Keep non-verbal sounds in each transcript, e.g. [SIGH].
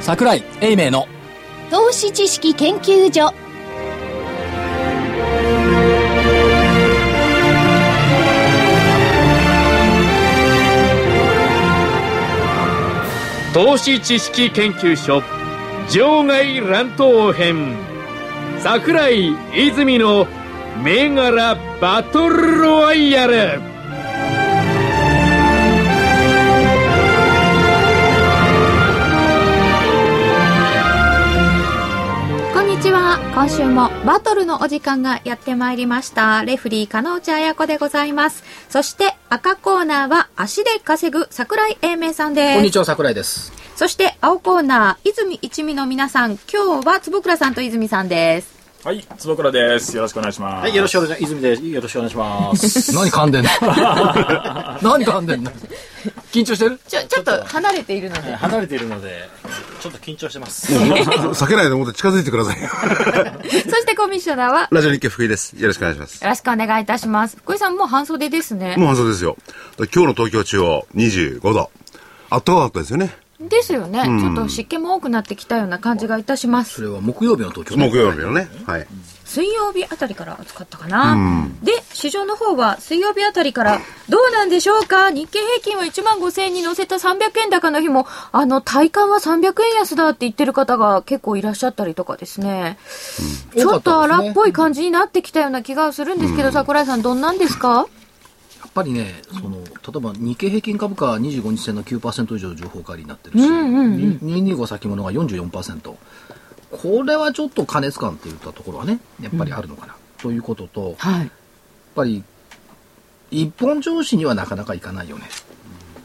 桜井英明の投資知識研究所投資知識研究所場外乱闘編桜井泉の銘柄バトルロワイヤルこんにちは今週もバトルのお時間がやってまいりましたレフリー金内彩子でございますそして赤コーナーは足で稼ぐ桜井英明さんですこんにちは、桜井です。そして青コーナー泉一味の皆さん今日は坪倉さんと泉さんですはい、坪倉です。よろしくお願いします。はい、よろしくお願いします。泉です。よろしくお願いします。何噛ん [LAUGHS] でんの何噛んでんの緊張してるちょちょっと離れているので離れているので、ちょっと緊張してます。避けないでもっと近づいてくださいよ。そしてコミッショナーは [LAUGHS] ラジオ日経福井です。よろしくお願いします。よろしくお願いいたします福井さんもう半袖ですねもう半袖ですよ。今日の東京中央25度。あったかかったですよね。ですよね、ちょっと湿気も多くなってきたような感じがいたしまそすれは木曜日の東京木曜日のね。はい。水曜日あたりから暑かったかな、で市場の方は水曜日あたりからどうなんでしょうか日経平均は1万5000円に乗せた300円高の日もあの体感は300円安だって言ってる方が結構いらっしゃったりとかですね、ちょっと荒っぽい感じになってきたような気がするんですけど、桜井さんどんなんですか、やっぱりねその例えば日経平均株価は25日線の9%以上情報乖離になってるし、に225先物が44%これはちょっと過熱感っていったところはねやっぱりあるのかな、ということとやっはいぱり一本上司にはなかなかいかないよね、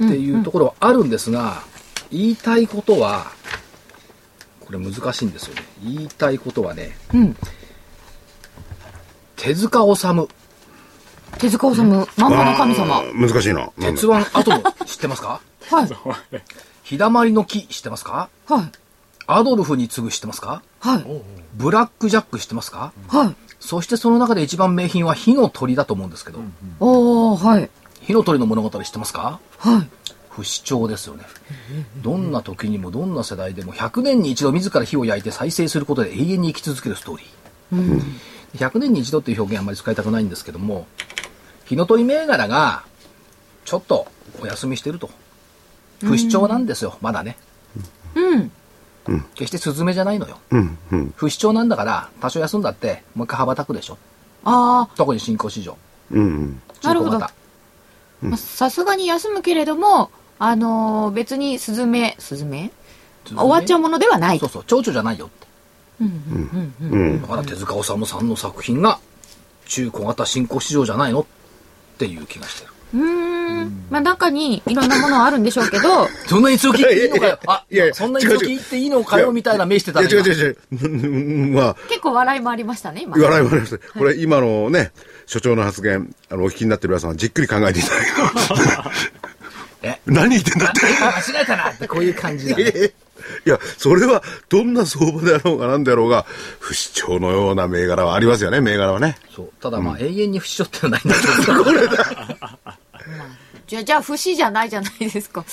っていうところはあるんですが言いたいことはこれ難しいんですよね言いたいことはね、ん手塚治虫手塚治虫漫画の神様あー難しいな。なんだ鉄腕アトム知ってますかはい日だまりの木知ってますかはいアドルフに次ぐ知ってますかはいブラックジャック知ってますかはいそしてその中で一番名品は火の鳥だと思うんですけど、おーはい火の鳥の物語知ってますかはい不死鳥ですよね。どんな時にもどんな世代でも100年に一度自ら火を焼いて再生することで永遠に生き続けるストーリー。100年に一度っていう表現あんまり使いたくないんですけども、火の鳥銘柄がちょっとお休みしてると。不死鳥なんですよ、まだね。うん決してスズメじゃないのよ。うん、うん。不死鳥なんだから多少休んだってもう一回羽ばたくでしょあ特に新興市場うんうん。なるほど中古型あ、まあさすがに休むけれどもあのー別にスズメスズメまあ終わっちゃうものではないそうそう蝶々じゃないよってうん。だから手塚治虫さんの作品が中古型新興市場じゃないのっていう気がしてるうーんまあ中にいろんなものはあるんでしょうけ [LAUGHS] どそんなに強気言っていいのかよあいやいやそんなに強気言っていいのか違ようみたいな目していやた違う違うう違う。 [LAUGHS] まあ、結構笑いもありましたね今笑いもあります。これ今のね、所長の発言、あの、お聞きになってる皆さんはじっくり考えていただければ [LAUGHS] え。 [LAUGHS] 何言ってんだって。間違えたなってこういう感じだ、ね、いや、それはどんな相場であろうが何であろうが、不死鳥のような銘柄はありますよね、銘柄はね。そうただまあ永遠に不死鳥ってのはないんだけ [LAUGHS] どこれだじゃあじゃあ節じゃないじゃないですか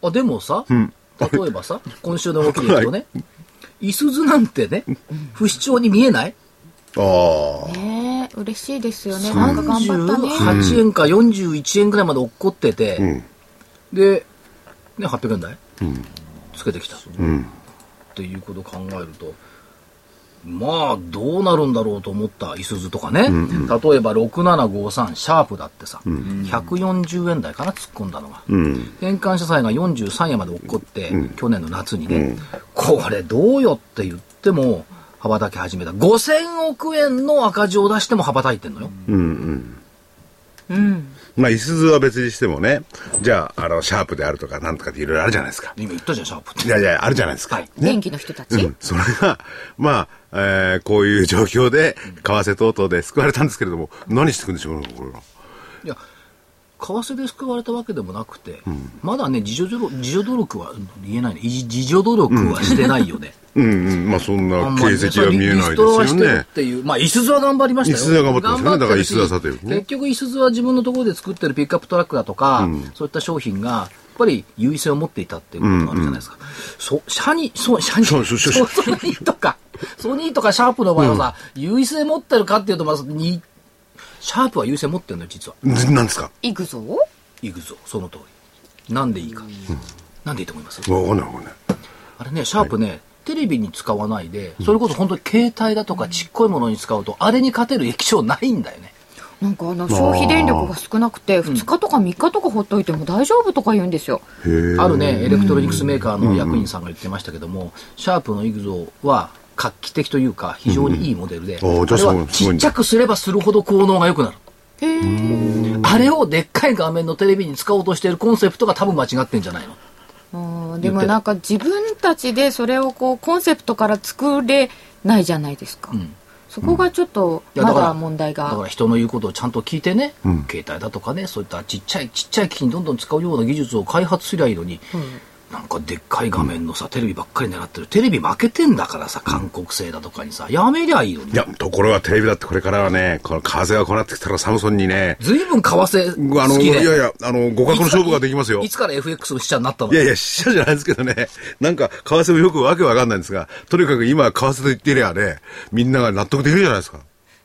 あでもさ、例えばさ今週の動きでいくとね、い、イスズなんてね不死鳥に見えないああ。ねえ嬉しいですよねなんか頑張ったね38円か41円ぐらいまで落っこってて、んで、ね、800円台、つけてきた、っていうことを考えるとまあどうなるんだろうと思ったいすゞとかね、例えば6753シャープだってさ、140円台かな突っ込んだのが、うん。転換社債が43円まで落っこって、去年の夏にね、これどうよって言っても羽ばたき始めた5000億円の赤字を出しても羽ばたいてんのよ、うんまあ、いすずは別にしてもね、じゃあ、あの、シャープであるとか、なんとかっていろいろあるじゃないですか。今言ったじゃんシャープっていやいや、あるじゃないですか。はい元気の人たち、うん、それが、まあ、えー、こういう状況で、為替等々で救われたんですけれども、何してくんでしょうね、これは。いや為替で救われたわけでもなくて、まだね自助努力自助努力は言えないね自自助努力はしてないよね、うんうん、まあ、そんなあんまりね形跡は見えないリスでトラはすしよてるねっ。ていうまあいすゞは頑張りましたよいすゞは頑張ってますよね頑張だからいすゞはさてるおしきね結局いすゞは自分のところで作ってるピックアップトラックだとか、そういった商品がぱり優位性を持っていたっていうことがあるじゃないですか。そシャニ、そう、シャニ、そうそうそうソソニーとか、ソニーとかシャープの場合はさ、優位性持ってるかっていうと、まず、に、シャープは優位性持ってるのよ、実は。何ですかいくぞ。いくぞ、その通り。なんでいいか。なんでいいと思いますわかんないわかんない。あれね、シャープね、テレビに使わないで、それこそ本当に携帯だとかちっこいものに使うと、あれに勝てる液晶ないんだよね。なんかあの消費電力が少なくて2日とか3日とかほっといても大丈夫とか言うんですよ。あるね、エレクトロニクスメーカーの役員さんが言ってましたけども、シャープのイグゾーは画期的というか、非常にいいモデルで、あうんうんあーじゃあれはすちごいっちゃくすればするほど効能が良くなる。あれをでっかい画面のテレビに使おうとしているコンセプトが多分間違ってんじゃないの。うんでもなんか自分たちでそれをこうコンセプトから作れないじゃないですか。そこがちょっといやまだからだ問題だかが。ら人の言うことをちゃんと聞いてね、携帯だとかね、そういったちっちゃいちっちゃい機器にどんどん使うような技術を開発すりゃいいのに、なんかでっかい画面のさ、テレビばっかり狙ってる。テレビ負けてんだからさ、韓国製だとかにさ、やめりゃいいのにい。や、ところがテレビだってこれからはね、この風がこうなってきたらサムソンにね、ずいぶん為あ替の、好いきで。やいや、あの、互角の勝負ができますよ。いつから FX の使者になったのいやいや、死者じゃないですけどね。なんか、為替もよくわけわかんないんですが、とにかく今、為替と言ってりゃね、みんなが納得できるじゃないですか。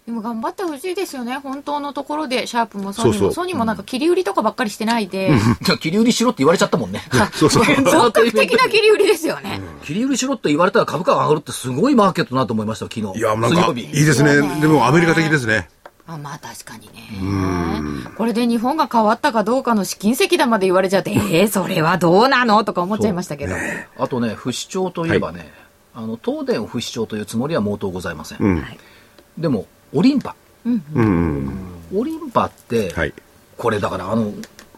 でも頑張ってほしいですよね。本当のところでシャープもソニーもそうそうソニーもなんか切り売りとかばっかりしてないで、いや切り売りしろって言われちゃったもんね。 [LAUGHS] そうそ [LAUGHS] う。本格的な切り売りですよね。切り売りしろって言われたら株価が上がるってすごいマーケットだなと思いましたよ、昨日。いや、なんか、い水い曜日ですね。でも、アメリカ的ですね。あまあ確かにね。これで日本が変わったかどうかの試金石だまで言われちゃって、えー、それはどうなのとか思っちゃいましたけど。あとね、不死鳥といえばね、あの、東電を不死鳥というつもりは毛頭ございません。はいでも、オリンパ。うんうん。オリンパって、はい。これだからあの、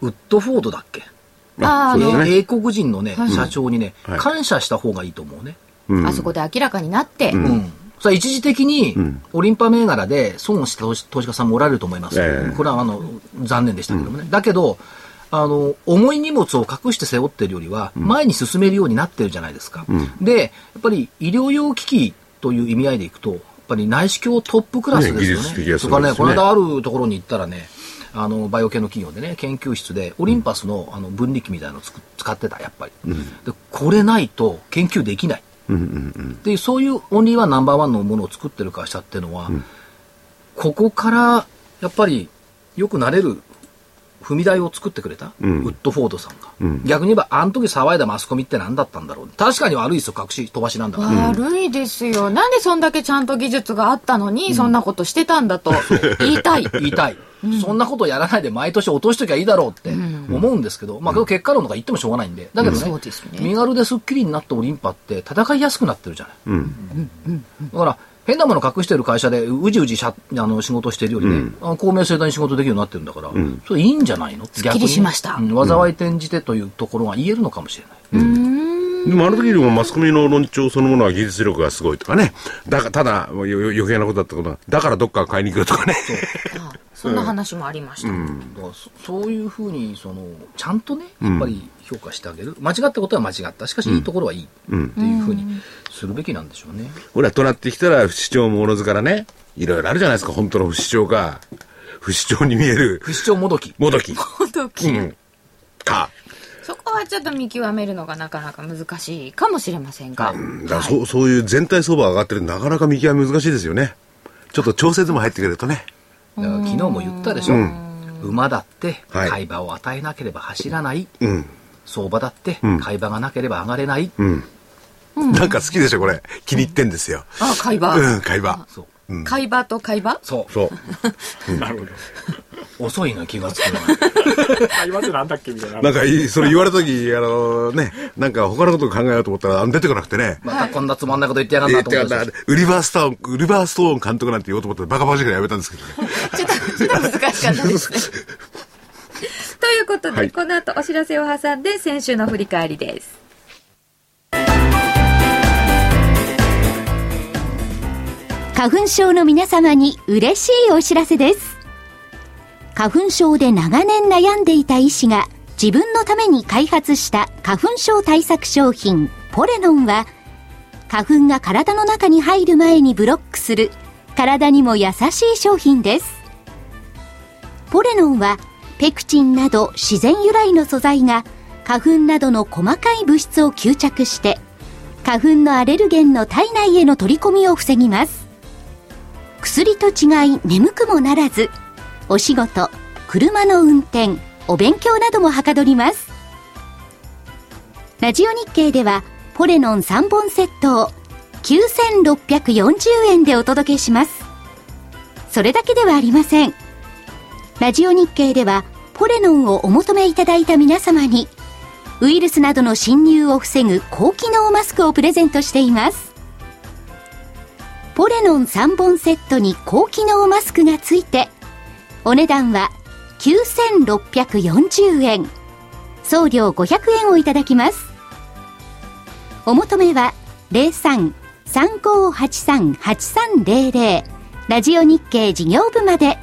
ウッドフォードだっけ、あーあそうですの、ね英国人のね、社長にね、はい感謝した方がいいと思うね。あそこで明らかになって、うん。それは一時的に、オリンパ銘柄で損をした投資投資家さんもおられると思います。ええこれはあの、残念でしたけどもね。だけど、あの、重い荷物を隠して背負ってるよりは、前に進めるようになってるじゃないですか。で、やっぱり医療用機器という意味合いでいくと、やっぱり内視鏡トップクラスですよね技術的ね。でとすねかね、この間あるところに行ったらね、あの、バイオ系の企業でね、研究室で、オリンパスのあの分離器みたいなのをつく使ってた、やっぱり。で、これないと研究できない。でそういうオンリーワンナンバーワンのものを作ってる会社っていうのは、ここからやっぱりよくなれる踏み台を作ってくれた、ウッドフォードさんが、逆に言えばあの時騒いだマスコミって何だったんだろう確かに悪いですよ隠し飛ばしなんだから、悪いですよ。なんでそんだけちゃんと技術があったのに、そんなことしてたんだと言いたい。言いたい、そんなことやらないで毎年落としときゃいいだろうって思うんですけど、まあけど結果論とか言ってもしょうがないんでだけどね,、そうですね身軽ですっきりになったオリンパって戦いやすくなってるじゃない、だから変なもの隠してる会社でうじうじしゃあの仕事してるよりね、あの公明正大に仕事できるようになってるんだから、それいいんじゃないのすっきりしました災い転じてというところが言えるのかもしれない、でもあの時よりもマスコミの論調そのものは技術力がすごいとかね。だから、ただ、よよ余計なことだったことは、だからどっか買いに行くとかね。あ [LAUGHS] そんな話もありました。だからそそういうふうにそのちゃんとねやっぱり評価してあげる、間違ったことは間違ったしかしいいところはいいっていうふうにするべきなんでしょうね、ほら、となってきたら、不死鳥もおのずからね、いろいろあるじゃないですか、本当の不死鳥か。不死鳥に見える、不死鳥もどきもどき。本当うん。か。そこはちょっと見極めるのがなかなか難しいかもしれませんが、だからそうそういう全体相場が上がってるなかなか見極め難しいですよねちょっと調整でも入ってくれるとねだから昨日も言ったでしょ、馬だってはい買い場を与えなければ走らない、うん、相場だってん買い場がなければ上がれない、なんか好きでしょこれ気に入ってんですよあ、会話。うん会話そう会話と会話そうそう遅いのよ気がつくのが [LAUGHS] あ、今ってなんだっけみたいな。なんかいいそれ言われた時あのねなんか他のことを考えようと思ったらあの出てこなくてね、 [LAUGHS] またこんなつまんないこと言ってやがんえなーとて思っかてたなでしウリバーストーン、ウリバーストーン監督なんて言おうと思ってバカバカしいからやめたんで [LAUGHS] すけどね。ちょっと、ちょっと難しか [LAUGHS] ったですね。ということで、はいこの後お知らせを挟んで先週の振り返りです。花粉症の皆様に嬉しいお知らせです。花粉症で長年悩んでいた医師が自分のために開発した花粉症対策商品ポレノンは花粉が体の中に入る前にブロックする体にも優しい商品です。ポレノンはペクチンなど自然由来の素材が花粉などの細かい物質を吸着して花粉のアレルゲンの体内への取り込みを防ぎます薬と違い眠くもならずお仕事車の運転お勉強などもはかどりますラジオ日経ではポレノン3本セットを9640円でお届けしますそれだけではありませんラジオ日経ではポレノンをお求めいただいた皆様にウイルスなどの侵入を防ぐ高機能マスクをプレゼントしていますポレノン3本セットに高機能マスクがついてお値段は9640円送料500円をいただきますお求めは03-3583-8300ラジオ日経事業部まで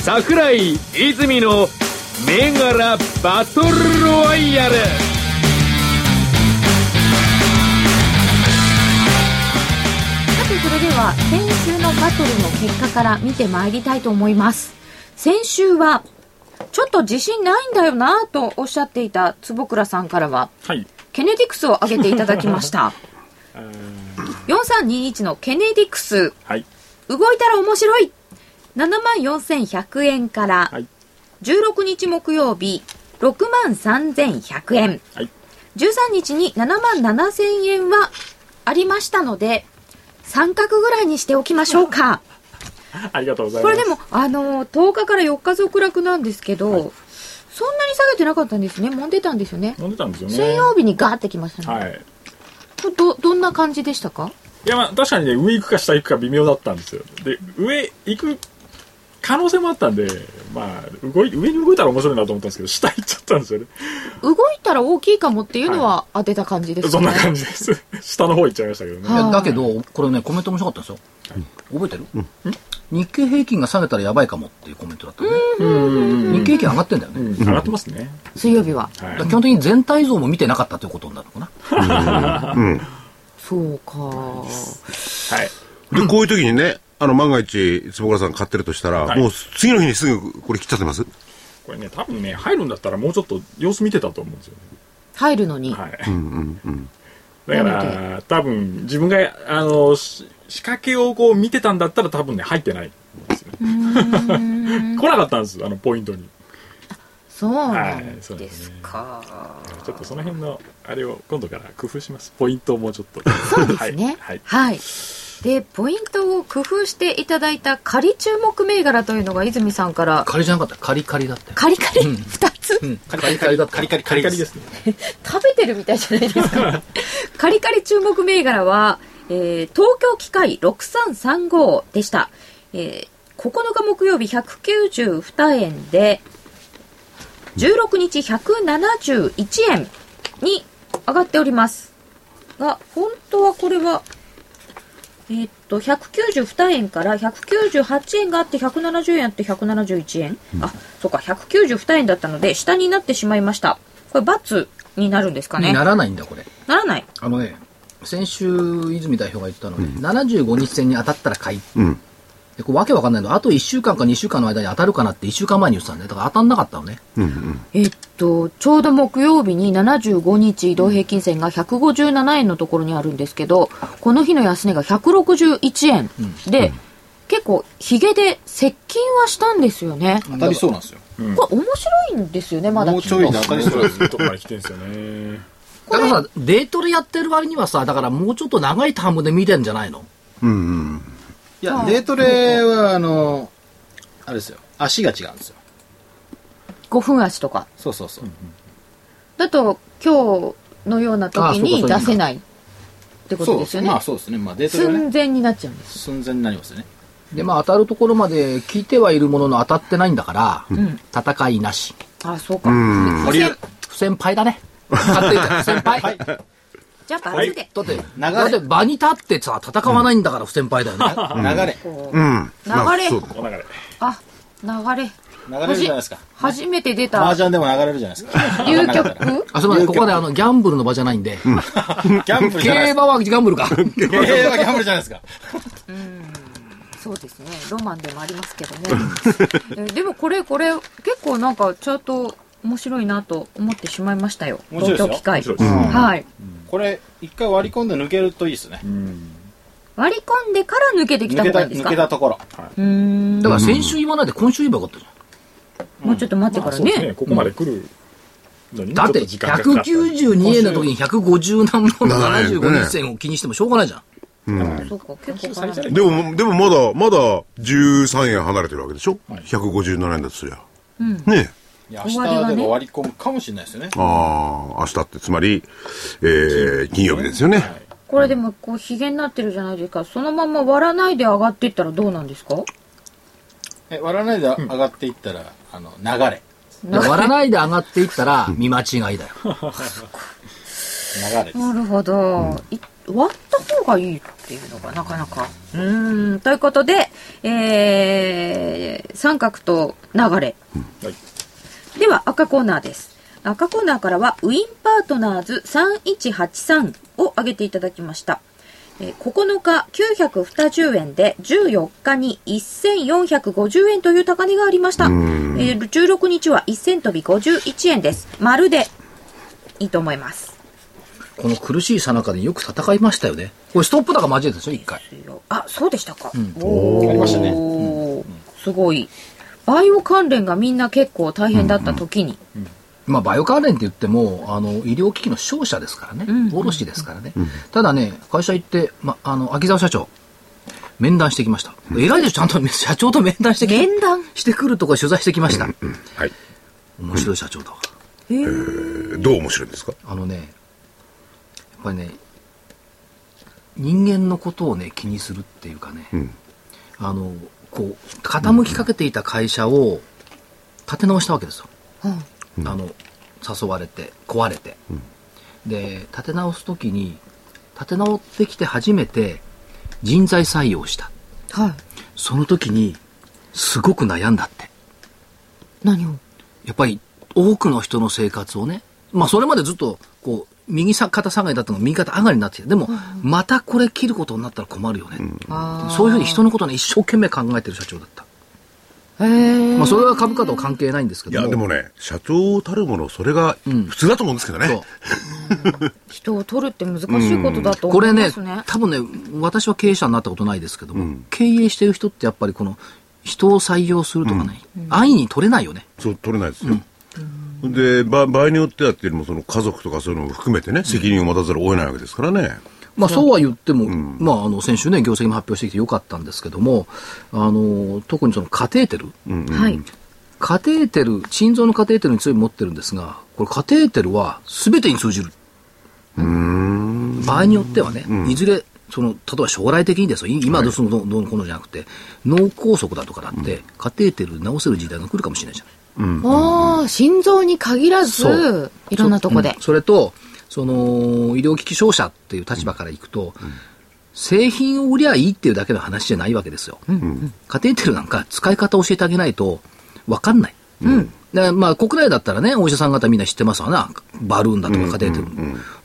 桜井泉の銘柄バトルロワイヤルさてそれでは先週のバトルの結果から見てまいりたいと思います先週はちょっと自信ないんだよなとおっしゃっていた坪倉さんからははい。ケネディクスを挙げていただきました [LAUGHS] 4321のケネディクスはい。動いたら面白い7万4100円から、はい16日木曜日6万3100円はい。 13日に7万7000円はありましたので三角ぐらいにしておきましょうかありがとうございこます。れでもあの10日から4日続落なんですけど、そんなに下げてなかったんですね揉んでたんですよね飲んでたんですよね。水曜日にガーってきましたね、はい。これどどんな感じでしたかいや、まあ、確かにね、上行くか下行くか微妙だったんですよ。で、上行く可能性もあったんで、まあ、動い、上に動いたら面白いなと思ったんですけど、下行っちゃったんですよね。動いたら大きいかもっていうのは当てた感じですそかんね、な感じです。 [LAUGHS] 下の方行っちゃいましたけどね。いやあーだけど、これね、コメント面白かったんですよ。覚えてる、日経平均が下げたらやばいかもっていうコメントだったね。日経平均上がってんだよね。うん、上がってますね。水曜日はだから基本的に全体像も見てなかったということになるのかな。そうかはい。で、こういう時にね、あの、万が一、坪倉さん買ってるとしたら、はいもう次の日にすぐこれ切っちゃってますこれね、多分ね、入るんだったらもうちょっと様子見てたと思うんですよね。入るのに、はい。うんうんうん。だから、多分、自分が、あの、し仕掛けをこう見てたんだったら多分ね、入ってないと思うんですよね。来なかったんです、あの、ポイントに。そうなはんいそうでですすねか、ちょっとその辺の、あれを今度から工夫します。ポイントをもうちょっと。そうですね。ははいい。。で、ポイントを工夫していただいた仮注目銘柄というのが泉さんから、仮じゃなかった。カリカリだったよ。カリカリ2つ、うん、カリカリカリだった。カリカリカカリリカでリすで。すね。食べてるみたいじゃないですか。カリカリ注目銘柄は、えー東京機械6335でした。えー9日木曜日192円で、16日171円に上がっております。が、本当はこれは、えーっと、192円から198円があって、170円あって、171円、あ、そうか、192円だったので、下になってしまいました。これ、×になるんですかね。になならないんだ、これ。らない。あのね、先週、泉代表が言ったのね、75日線に当たったら買い。うん。で、こうわけわかんないの。あと1週間か2週間の間に当たるかなって1週間前に言ってたんだよだから当たんなかったのね。うんうん。えっと、ちょうど木曜日に75日移動平均線が157円のところにあるんですけど、この日の安値が161円で、結構、ヒゲで接近はしたんですよね。当たりそうなんですよ。これ面白いんですよね、まだ。もうちょ [LAUGHS] いで当たりそうなんですずっとこから来てんですよね。だからさ、デートでやってる割にはさ、だからもうちょっと長いタームで見てんじゃないのうんうん。いや、デートレは、あの、あれですよ。足が違うんですよ。 5分足とか。そうそうそう。だと今日のような時に出せないってことですよねまあそうですね。まあデートレは寸ね、前になっちゃうんです寸前になりますよね。で、まあ当たるところまで聞いてはいるものの当たってないんだから、戦いなし。あそうかん付箋不先輩だね。勝手に言 [LAUGHS] った不先輩。じゃあバツで、だって、れだって場に立ってさ、戦わないんだから不先輩だよね。流れ。こううん。流れそうお流れ。あ流れ流れるじゃないですか。初めて出た麻雀でも流れるじゃないですか。流流れたら局あ、すみません、ここであの、ギャンブルの場じゃないんで、ギャンブルじゃない競ですか。馬はギャンブル [LAUGHS] か。経営はギャンブルじゃないですか。そうですねロマンでもありますけどねえでもこれこれ結構なんかちゃんと面白いなと思ってしまいましたよ面白いで東すよ京機械面白いですはいこれ、一回割り込んで抜けるといいですね。割り込んでから抜けてきた抜け方た、がいいです抜かけたところ。うーんだから先週言わないで今週言えばよかったじもうちょっと待ってまからあそうですねねここまで来るのにゃん。だって、ちょと時間がかかった192円の時に150何本の75日線を気にしてもしょうがないじゃん。そうか結構かなでも、でもまだ、まだ13円離れてるわけでしょ、?157 円だとすりゃ。ねえ。いや、終明わりはね日でも割り込むかもしれないですよね。ああ、明日って、つまり、えー、金曜日ですよね。これでもこうひげになってるじゃないですかそのまま割らないで上がっていったらどうなんですかえ割らないで上がっていったら、あの、流れ。だから割らないで上がっていったら、見間違いだよ。流れです。なるほど、い割った方がいいっていうのがなかなかうーんということで、えー三角と流れ、はいでは赤コーナーです赤コーナーからはウィンパートナーズ3183を挙げていただきましたえー9日920円で14日に1450円という高値がありました、えー16日は1000飛び51円ですまるでいいと思いますこの苦しい最中でよく戦いましたよね。これストップ高交えてたでしょ、一回。あ、そうでしたか。ーありましたねね。すごい。バイオ関連がみんな結構大変だった時に。まあ、バイオ関連って言っても、あの、医療機器の商社ですからね。ん卸ですからね。ただね、会社行って、ま、あの、秋沢社長、面談してきました。偉いでしょ、ちゃんと社長と面談してき面談してくるとこ取材してきました。はい。面白い社長だわ。どう面白いんですかあのね、やっぱりね、人間のことをね、気にするっていうかね、あの、こう、傾きかけていた会社を立て直したわけですよ。あの、誘われて、壊れて。で、立て直すときに、立て直ってきて初めて人材採用した。はい。その時に、すごく悩んだって。何をやっぱり多くの人の生活をね、まあそれまでずっとこう、右さ肩下がりだったのが右肩上がりになってきて、でも、またこれ切ることになったら困るよね。あそういうふうに人のことをね、一生懸命考えてる社長だった。ーへえ。まあそれは株価とは関係ないんですけいども。や、でもね、社長たるもの、それが普通だと思うんですけどね。そう人を取るって難しいことだとこ思れいまねすね。多分ね、私は経営者になったことないですけども、経営してる人ってやっぱりこの、人を採用するとかね、安易に取れないよね。そう取れないですよ、で場場合によってはっていうよりもその家族とかそういうのも含めてね責任を持たざるを得ないわけですからね、まあ、そうは言っても、まあ、あの先週ね、業績も発表してきてよかったんですけども、あの特にそのカテーテル、はい。カテーテル、心臓のカテーテルに強い持ってるんですが、これ、カテーテルは全てに通じる、場合によってはね、いずれその、例えば将来的にですよ、い今どうするのどうのこうのじゃなくて、脳梗塞だとかだって、カテーテル治せる時代が来るかもしれないじゃない。ああ、心臓に限らそず、いろんなとこでそ,、。それとその医療機器商社っていう立場からいくと、製品を売りゃいいっていうだけの話じゃないわけですよ、カテーテルなんか使い方を教えてあげないと分かんない、だからまあ国内だったらねお医者さん方みんな知ってますわなバルーンだとかカテーテル、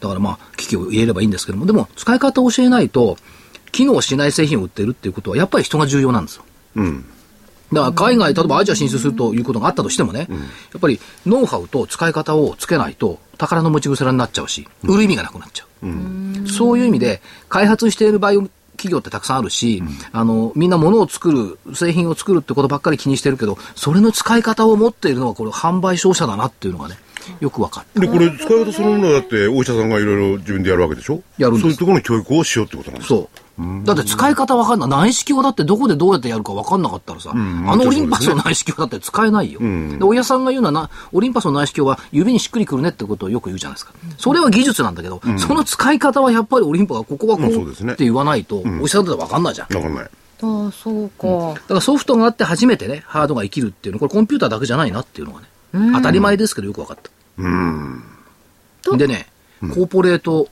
だからまあ機器を入れればいいんですけどもでも使い方を教えないと機能しない製品を売ってるっていうことはやっぱり人が重要なんですよだから海外、例えばアジア進出するということがあったとしてもね、やっぱりノウハウと使い方をつけないと宝の持ち腐れになっちゃうし、売る意味がなくなっちゃう。そういう意味で、開発しているバイオ企業ってたくさんあるし、あの、みんな物を作る、製品を作るってことばっかり気にしてるけど、それの使い方を持っているのはこれ販売商社だなっていうのがね、よく分かった。でこれ使い方そのものはだってお医者さんがいろいろ自分でやるわけでしょやるんですそういうところの教育をしようってことなんですそう。だって使い方わかんない。内視鏡だってどこでどうやってやるかわかんなかったらさ、んあのオリンパスの内視鏡だって使えないよ。で、お医者さんが言うのはな、オリンパスの内視鏡は指にしっくりくるねってことをよく言うじゃないですか。それは技術なんだけど、その使い方はやっぱりオリンパがここはこまあそううですねって言わないと、お医者さんだってわかんないじゃん。わかんないああ、そうか。だからソフトがあって初めてね、ハードが生きるっていうの、これコンピューターだけじゃないなっていうのがね、当たり前ですけどよくわかった。とでね、コーポレート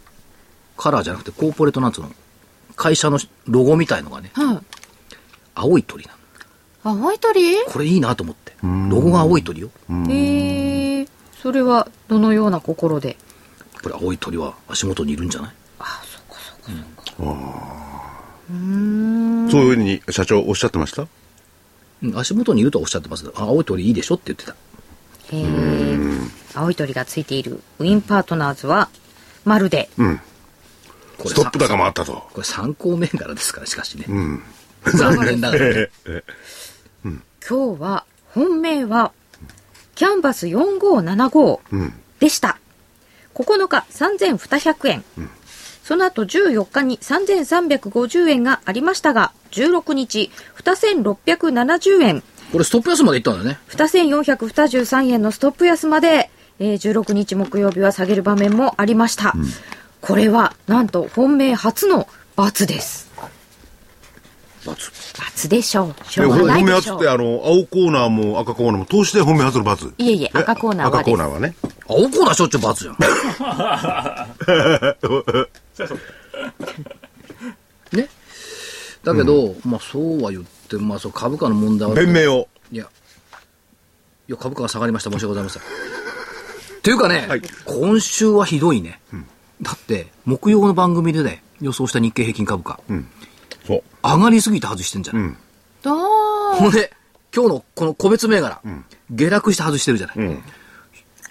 カラーじゃなくて、コーポレートなんつうの、会社のロゴみたいのがね、はい。青い鳥なの。青い鳥これいいなと思ってロゴが青い鳥よえー、それはどのような心でこれ青い鳥は足元にいるんじゃないそういうふうに社長おっしゃってましたうん足元にいるとはおっしゃってますけどあ青い鳥いいでしょって言ってたえー、青い鳥がついているウィンパートナーズはまるでこれストップ高さもあったと。これ参考銘柄ですからしかしね、残念ながら、 [LAUGHS] ね、今日は本命はキャンバス4575うん。でした9日3200円、その後14日に3350円がありましたが16日2670円これストップ安までいったんだよね2423円のストップ安まで、えー16日木曜日は下げる場面もありました、これはなんと本命初の×です×でしょうしえょうがない本命で発しっょて、うあの、青コーナーも赤コーナーも通して本命発の罰。いえいえ赤コーナーは赤コーですナーはね。青コーナーしょっちゅう罰じゃん [LAUGHS] ねだけど、まあそうは言って、まあ、そう株価の問題は弁明を。いや、いや株価が下がりました、申し訳ございません。というかね、はい今週はひどいね、だって、木曜の番組でね、予想した日経平均株価、そう。上がりすぎて外してんじゃない、うんほんで、今日のこの個別銘柄、下落して外してるじゃない、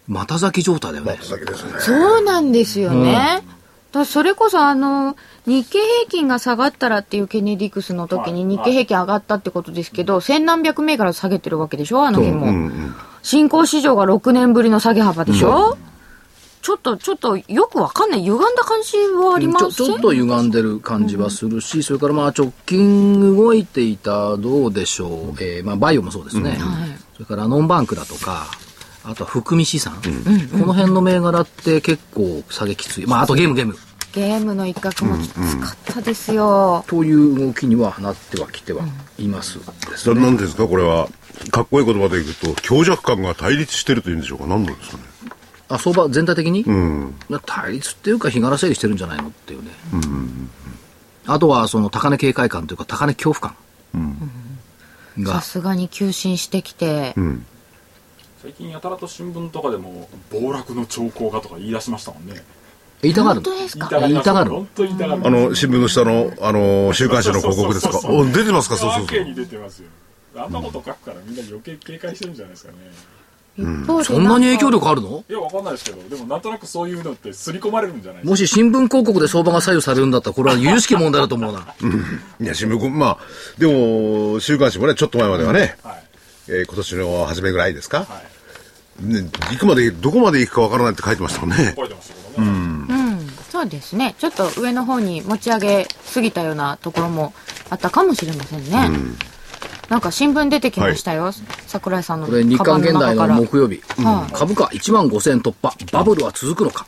また咲き状態だよね。先ですね。そうなんですよね。だそれこそあの日経平均が下がったらっていうケネディクスの時に日経平均上がったってことですけど、千何百銘柄下げてるわけでしょあの日も、新興市場が6年ぶりの下げ幅でしょ、ちょっとちょっとよくわかんない歪んだ感じはありまちょせんちょっと歪んでる感じはするし、それからまあ直近動いていたどうでしょう、えーまあ、バイオもそうですね、それからノンバンクだとか、あとは含み資産、この辺の銘柄って結構下げきつい、まあ、あとゲーム、ゲームゲームの一角もきつかったですよ、という動きにはなってはきてはいますですね。何ですかこれは。かっこいい言葉で言うと、強弱感が対立してると言うんでしょうか何なんですかねあ相場全体的に、うん。対立っていうか、日柄整理してるんじゃないのっていうね、あとはその高値警戒感というか、高値恐怖感がさすがに急進してきて、うん。最近やたらと新聞とかでも暴落の兆候がとか言い出しましたもんね言いたがる本当ですか言いたがる本当に言いたがるあの、新聞の下の、あの、週刊誌の [LAUGHS] 広告ですかそうそうおそう出てますかそうそうそけうに。出てますよあんなこと書くからみんな余計警戒してるんじゃないですかね一方でそんなに影響力あるのいやわかんないですけどでもなんとなくそういうのって刷り込まれるんじゃないですもし新聞広告で相場が左右されるんだったら、これは有識問題だと思うな。いや、新聞、まあ、でも、週刊誌もね、ちょっと前まではね、かはいえー今年の初めぐらいですか、はいね、行くまで、どこまで行くかわからないって書いてましたもんね。覚えてましたけどね、うん、そうですね。ちょっと上の方に持ち上げすぎたようなところもあったかもしれませんね。なんか新聞出てきましたよ。桜井さんのこれ、日カ刊バンの現代中のから。木曜日、はい株価1万5000突破、バブルは続くのか。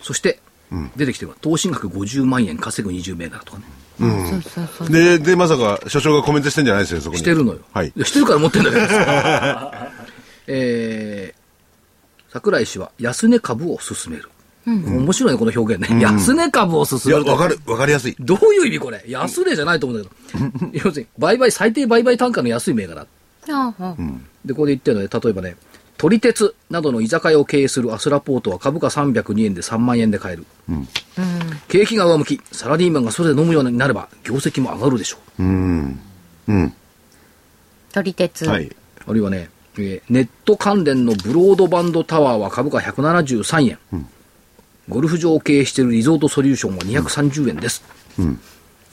そして、出てきてるのは投資額50万円稼ぐ20名だとかね。そうそうそう。で、で、まさか、所長がコメントしてんじゃないですよ、そこに。してるのよ。はいいやしてるから持ってんだけどさ。 [LAUGHS] えー、桜井氏は安値株を勧める。面白いね、この表現ね。安値株を勧いめや、るってわかる、わかりやすい。どういう意味これ安値じゃないと思うんだけど。要するに、売買、最低売買単価の安い銘柄。ああうんで、ここで言ってるので、例えばね、撮り鉄などの居酒屋を経営するアスラポートは株価302円で3万円で買える。景気が上向き、サラリーマンがそれで飲むようになれば、業績も上がるでしょう。うん。うん。撮り鉄。はい。あるいはね、えーネット関連のブロードバンドタワーは株価173円。ゴルフ場を経営しているリゾートソリューションは230円です。こ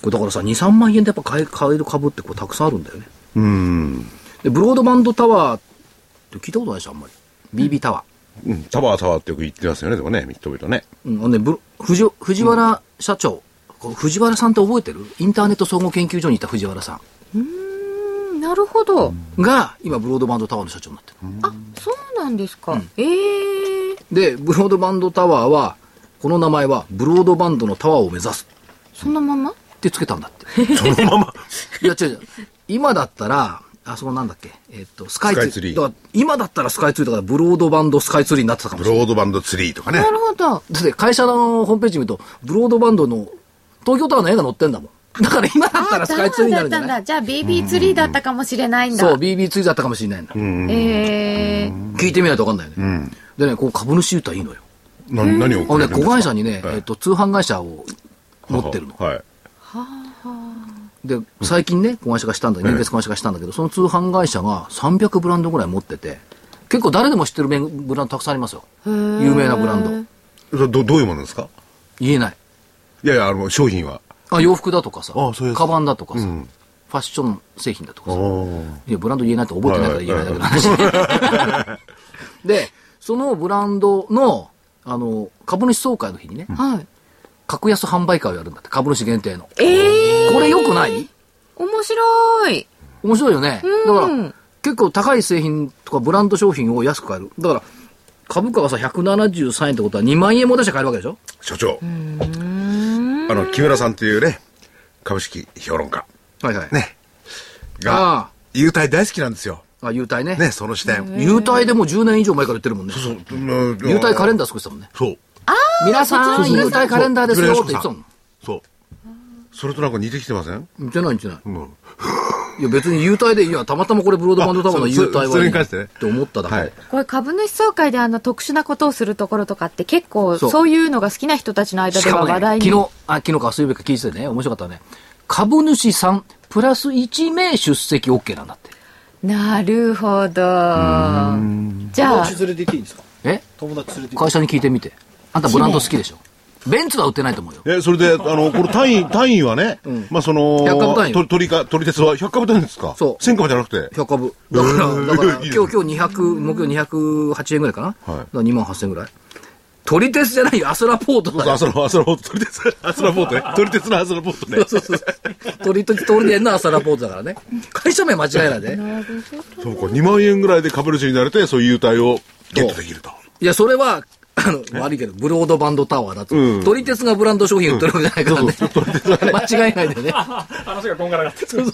れだからさ、2、3万円でやっぱ買え買える株ってこうたくさんあるんだよね。うん。で、ブロードバンドタワーって聞いたことないでしょ、あんまり。BB タワー。うんタワータワーってよく言ってますよね、でもね、認めるとね。うん、あのね、ブロ藤藤原社長、この藤原さんって覚えてるインターネット総合研究所にいた藤原さうんなるほど。んが、今、ブロードバンドタワーの社長になってる。あ、そうなんですか。ええで、ブロードバンドタワーは、この名前は、ブロードバンドのタワーを目指すそのままってつけたんだって。そのまま。いや、違う違う。今だったら、あそこなんだっけ、えっと、スカイツリー。スカイツリーだから今だったらスカイツリーだから、ブロードバンドスカイツリーになってたかもブしれない。ロードバンドツリーとかねな。るほど。だって、会社のホームページ見ると、ブロードバンドの、東京タワーの絵が載ってんだもん。だから今だったらスカイツリーになるんじゃダウンなだいったんだ。じゃあ BB ツリーだったかもしれないんだ。そう、BB ツイーだったかもしれないんだ。えー、聞いてみないと分かんないよね。でね、こう株主優待いいのよ。な何をあのくね、れるんです子か会社にね、はいえっと、通販会社を持ってるの。はい。で、最近ね、子会社がしたんだ、年月子会社がしたんだけど、その通販会社が300ブランドぐらい持ってて、結構誰でも知ってるメンブランドたくさんありますよ。有名なブランド。それどどういうものですか言えない。いやいや、あの、商品は。あ、洋服だとかさあそういう、やつカバンだとかさ、うんファッション製品だとかさ、あいや、ブランド言えないと覚えてないから言えないだけの話。 [LAUGHS] で、そのブランドの、あの、株主総会の日にね、はい。格安販売会をやるんだって、株主限定の。えー、これ良くない面白い。面白いよね。だんから、結構高い製品とかブランド商品を安く買える。だから、株価がさ、173円ってことは2万円も出して買えるわけでしょ所長。あの、木村さんというね、株式評論家はいはい。ねが、あ優待大好きなんですよ。あ、あ、優待ね。ね、その視点。優待でもう10年以上前から言ってるもんね。優優待カレンダーダー。作ってたもんね。そう。皆さん、優待カレンダーですよって言ってたそも。。うんそう。それとなんか似てきてません言ってない言ってない。うん。いや別に優待で、いや、たまたまこれブロードバンドタワーのあ優そ待はいいそれに関してねって思っただけ。はいこれ株主総会であの特殊なことをするところとかって結構そうそういうのが好きな人たちの間しでかはもね、話昨題日に。、あ、昨日か水曜日か聞いててね、面白かったね。株主さん、プラス1名出席 OK なんだって。なるほど。じゃ友あ達、連れて行っていいんですかえ友達連れて行っ会社に聞いてみて。あんたブランド好きでしょベンツは売ってないと思うよ。え、それで、あの、これ単 [LAUGHS] 位、単位はね、まあその、百株単位と鳥か、鳥鉄は100株単位ですかそう1000株じゃなくて。 100株。だ [LAUGHS] から、えーだから、今い日、いね今日200、目標208円ぐらいかな。はいだから2万8000円ぐらい。取り鉄じゃないよ、アスラポートだよ。アスラ、アスラポート、鳥鉄、アスラポートね。鳥鉄のアスラポート [LAUGHS] ね。そうそうそう。取り鉄通りでんなアスラポートだからね。会社名間違えないで。そうか、2万円ぐらいで株主になれて、そういう優待をゲットできると。いや、それは、あの、悪いけど、ブロードバンドタワーだと。うん撮り鉄がブランド商品売ってるわけじゃないからね。そうそう撮り鉄は間違えないでね。話がこんがらが [LAUGHS] ってる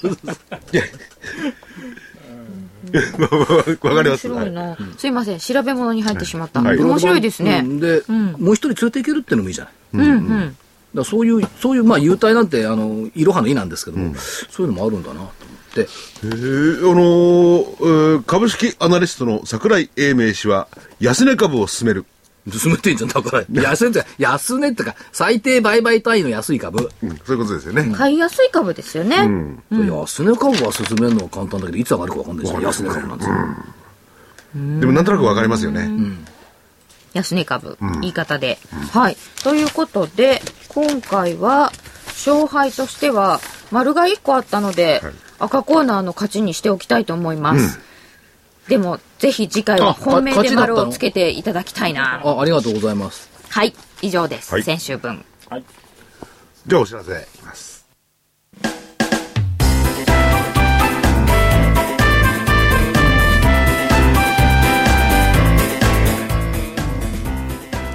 わかります。面白いな、すいません、調べ物に入ってしまった。はい面白いですねう。んで、もう一人連れて行けるってのもいいじゃない。だうんうん。からそういう、そういう、まあ、優待なんて、あの、いろはの意なんですけども、そういうのもあるんだなと思って。えーあのーえー株式アナリストの桜井英明氏は、安値株を進める。進めてんじゃん。だから、安値って、安値ってか、最低売買単位の安い株。うんそういうことですよね。買いやすい株ですよね。安値株は進めるのは簡単だけど、いつ上がるかわかんないじゃん。安値株なんですよ。でもなんとなくわかりますよね。安値株、言い方で、はい。ということで、今回は、勝敗としては、丸が1個あったので、赤コーナーの勝ちにしておきたいと思います。でも、ぜひ次回はあ本命勝ちでだった丸のをつけていただきたいな。あ、ありがとうございます。はい、以上です。はい先週分。じゃあお知らせいきます。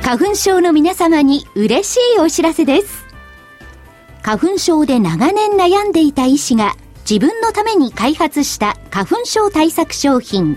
花粉症の皆様に嬉しいお知らせです。花粉症で長年悩んでいた医師が自分のために開発した花粉症対策商品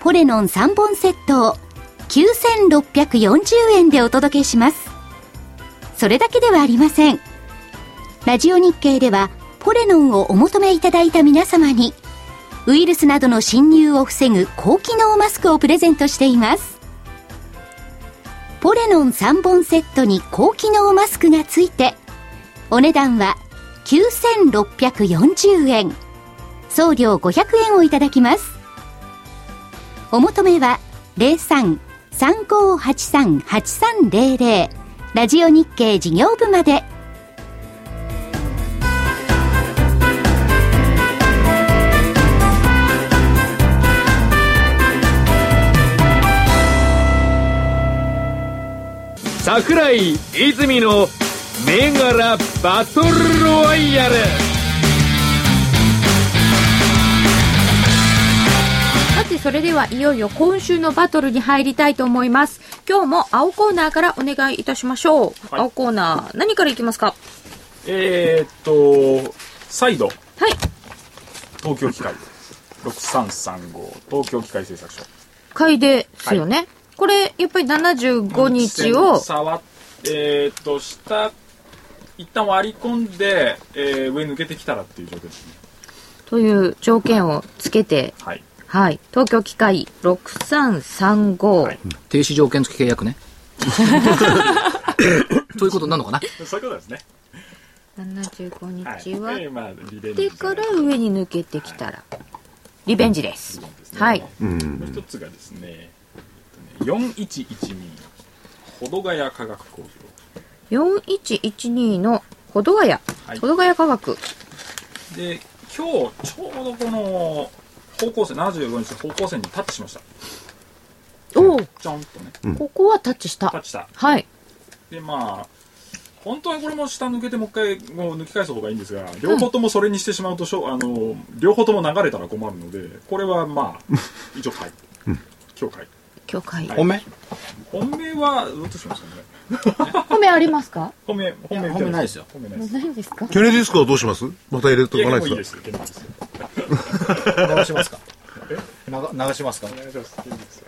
ポレノン3本セットを9640円でお届けしますそれだけではありませんラジオ日経ではポレノンをお求めいただいた皆様にウイルスなどの侵入を防ぐ高機能マスクをプレゼントしていますポレノン3本セットに高機能マスクがついてお値段は9640円送料500円をいただきますお求めは03-3583-8300ラジオ日経事業部まで桜井泉の銘柄バトルロワイヤルそれではいよいよ今週のバトルに入りたいと思います今日も青コーナーからお願いいたしましょう、はい青コーナー何からいきますかえーっと、再度、はい東京機械。6335、東京機械製作所。買いですよね、これやっぱり75日を、触っえーっと、下、一旦割り込んで、えー上抜けてきたらっていう状況ですね。という条件をつけてはい。はい東京機械6335、はい停止条件付き契約ね。 [LAUGHS] ということになるのかなそういうことですね。 75日は、はい。えーまあ、リベンでジから上に抜けてきたら、リベンジです。はい。もう一つがですね、えっとね4112、保土ヶ谷化学工業。 4112のほどがやはい、ほどがや科学。で、今日、ちょうどこの、方向線、75日方向線にタッチしました。おお、ちょんとね、ここはタッチしタッた。チした。はい。で、まあ、本当はこれも下抜けてもう一回もう抜き返す方がいいんですが、両方ともそれにしてしまうとしょ、あの、両方とも流れたら困るので、これはまあ、一応書いて。今日書いて。教会。本命本命は、どうしますかね。褒めありますか本命、本命いや本命ないですよ本命ないです。ないんですかケネディスクはどうしますまた入れといかやないもうでいいすでかす。いいです流しますか流流しますかお願いします。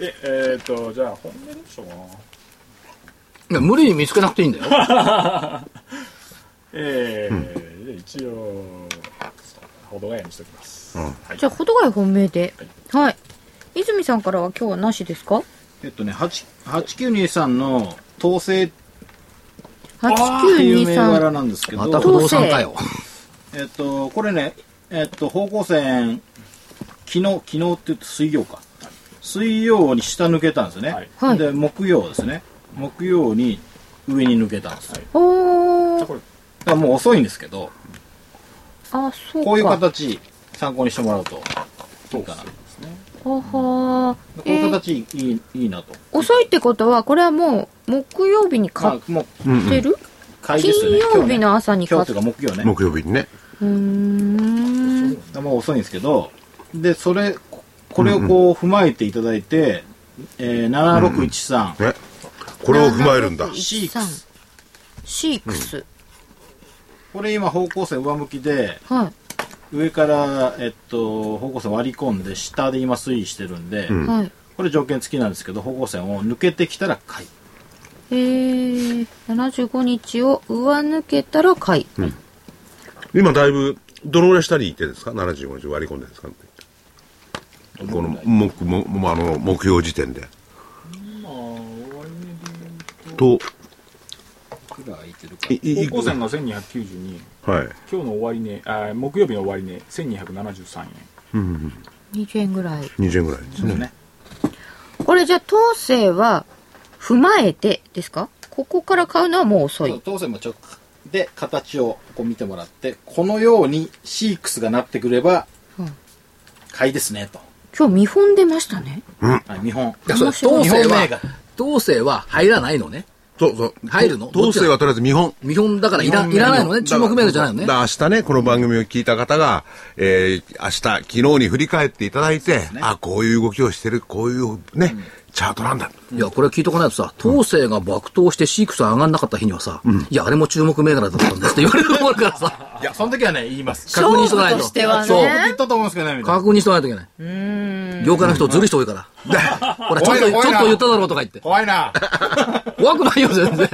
え、えー、っと、じゃあ、本命どうしようかな。いや無理に見つけなくていいんだよ。えーじゃあ一応、ほどがやにしておきます。はいじゃあ、ほどがや本命で。はい。泉さんからは今日はなしですかえっとね8 8923の統制っていう銘 ?8923。柄なんですけまたど不動産かよ。えっと、これね、えっと、方向線、昨日、昨日って言って水曜か。水曜に下抜けたんですね。はいで、木曜ですね。木曜に上に抜けたんです。おじゃあー。これ、だからもう遅いんですけど、あ、そうか。こういう形、参考にしてもらうと。どうかなですね。ははこうえいうー、形、いい、いいなと。遅いってことは、これはもう、木曜日にま買っあ、もう、てる、買いですよ金ね。曜日の今朝に日ね、今買日っといてうか木曜ね。木曜日にね。うーん。だからもう遅いんですけど、で、それ、ここれをこう踏まえていただいて、えー、7613、ね。これを踏まえるんだ。シークスシークス。これ今方向性上向きで、は上から、えっと、方向線割り込んで下で今推移してるんで、い。んはい。これ条件付きなんですけど方向線を抜けてきたら買いえー、75日を上抜けたら買い。今だいぶ、どのぐらい下にいってですか ?75 日割り込んでるんですかこの、木、も、もあの、目標時点で。と、くらいてるかい、い、い高校生の1292円、はい。今日の終値、あ木曜日の終値、1273円。 20円ぐらい。 20円ぐらいですね。ねこれじゃあ、当世は、踏まえてですかここから買うのはもう遅い。当選もちょっとで形をこう見てもらってこのようにシークスがなってくればうん買いですねと、今日見本出ましたね。はい、見本いや、それ、本当世銘は [LAUGHS] 柄、当世は入らないのね。そうそう。入るの当世はとりあえず見本。見本だからいらいらないのね。注目銘柄じゃないのねだ。から明日ね、この番組を聞いた方が、えー、明日、昨日に振り返っていただいて、あ、こういう動きをしてる、こういうね、チャートなんだ。いや、これ聞いとかないとさ、当世が爆投してシークス上がんなかった日にはさ、いや、あれも注目銘柄だったんだって言われると思うからさ、 [LAUGHS] いやその時はね言います確認しとかないと。勝負としてはねそう。言ったと思うんですけどねみたいな確認しとかないといけない。業界の人ずるい人多いから。ほら、ちょっと、おいちおょっいとな言っただろうとか言って。怖いな怖くないよ、全然。